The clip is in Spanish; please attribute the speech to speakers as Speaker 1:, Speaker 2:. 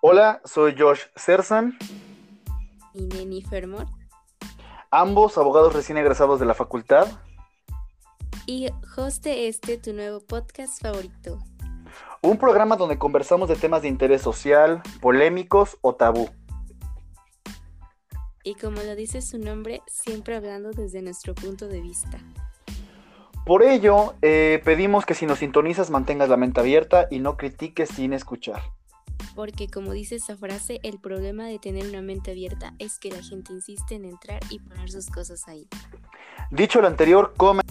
Speaker 1: Hola, soy Josh Sersan,
Speaker 2: y Jennifer Moore
Speaker 1: ambos abogados recién egresados de la facultad.
Speaker 2: y host de este tu nuevo podcast favorito.
Speaker 1: Un programa donde conversamos de temas de interés social, polémicos o tabú.
Speaker 2: Y como lo dice su nombre, siempre hablando desde nuestro punto de vista.
Speaker 1: Por ello, eh, pedimos que si nos sintonizas mantengas la mente abierta y no critiques sin escuchar.
Speaker 2: Porque como dice esa frase, el problema de tener una mente abierta es que la gente insiste en entrar y poner sus cosas ahí.
Speaker 1: Dicho lo anterior, come.